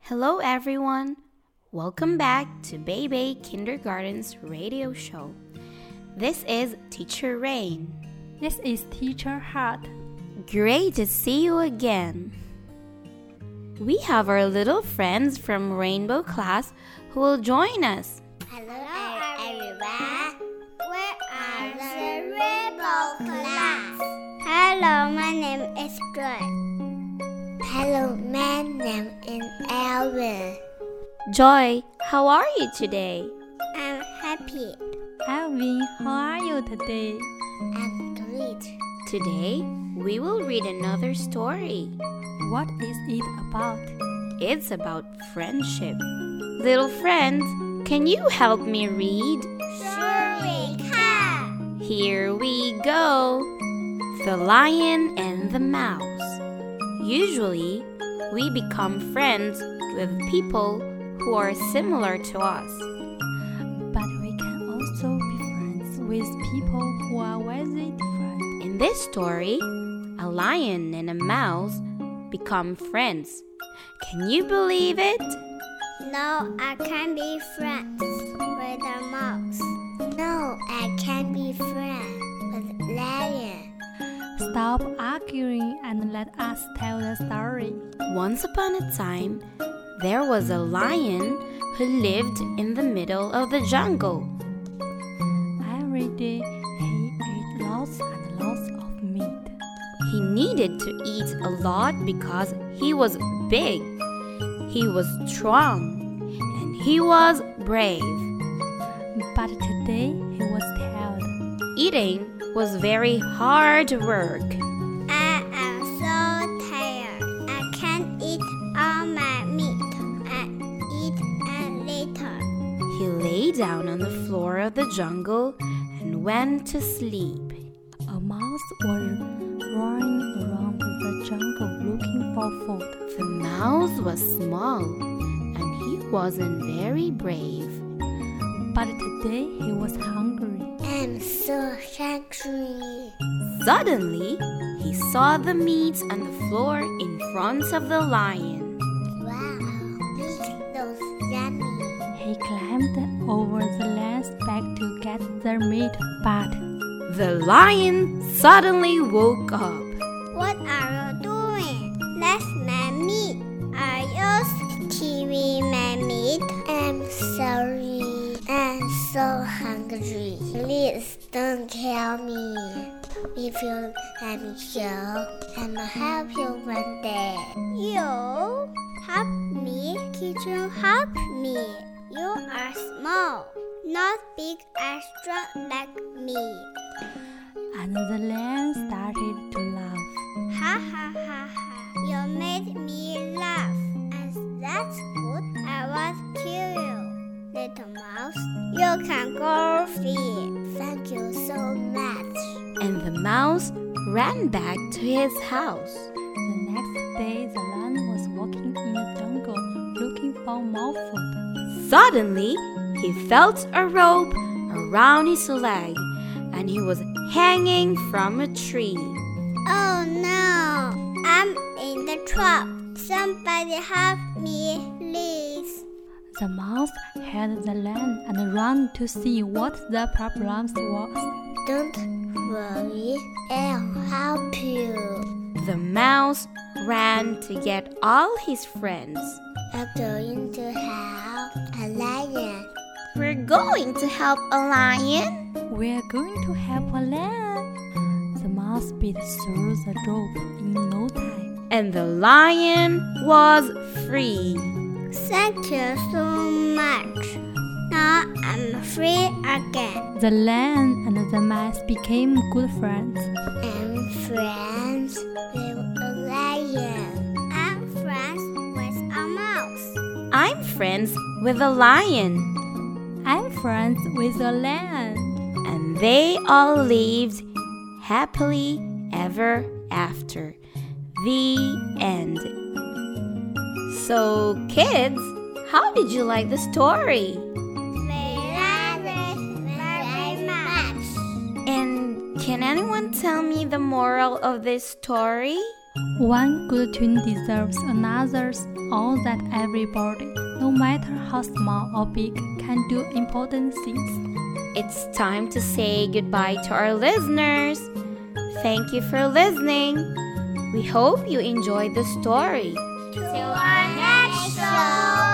Hello, everyone. Welcome back to Baby Kindergarten's radio show. This is Teacher Rain. This is Teacher Hat. Great to see you again. We have our little friends from Rainbow class who will join us. Hello, everyone. We are the Rainbow Class. Hello, my name is Joy. Hello, my name is Elvin. Joy, how are you today? I'm happy. Alvin, how are you today? I'm great. Today, we will read another story. What is it about? It's about friendship. Little friends, can you help me read? Sure, we can. Here we go! The Lion and the Mouse. Usually, we become friends with people who are similar to us. But we can also be friends with people who are very different. In this story, a lion and a mouse become friends. Can you believe it? No, I can't be friends with a mouse. No, I can't be friends with lion. Stop arguing and let us tell the story. Once upon a time, there was a lion who lived in the middle of the jungle. Every day he ate lots and lots of meat. He needed to eat a lot because he was big, he was strong, and he was brave. But today he was tired. Eating was very hard work. I am so tired. I can't eat all my meat. I eat a little. He lay down on the floor of the jungle and went to sleep. A mouse was roaring around the jungle looking for food. The mouse was small, and he wasn't very brave. But today he was hungry. I'm so hungry. Suddenly, he saw the meat on the floor in front of the lion. Wow, this looks yummy. He climbed over the lance back to get the meat, but The lion suddenly woke up. What are you doing? That's my meat. Are you stealing my meat? I'm sorry. I'm so hungry. Please don't kill me. If you let me go, I'm help you one day. You help me? Could you help me? You are small, not big and strong like me. and the lion started to laugh. Ha ha ha ha. You made me laugh. And that's good. I won't kill you, little mouse. You can go free. Thank you so much. And the mouse ran back to his house. The next day, the lion was walking in the jungle looking for more food. Suddenly, he felt a rope around his leg and he was hanging from a tree. Oh no. I'm in the trap. Somebody help me, please. The mouse held the lion and ran to see what the problem was. Don't worry. I'll help you. The mouse ran to get all his friends. I'm going to help a lion. We're going to help a lion. We're going to help a lion. The mouse bit through the rope in no time. And the lion was free. Thank you so much. Now I'm free again. The lion and the mouse became good friends. I'm friends with a lion. I'm friends with a mouse. I'm friends with a lion. I'm friends with a lion. and they all lived happily ever after. The end. So, kids, how did you like the story? Very, very much. And can anyone tell me the moral of this story? One good tune deserves another's. All that everybody, no matter how small or big, can do important things. It's time to say goodbye to our listeners. Thank you for listening. We hope you enjoyed the story. To our next show.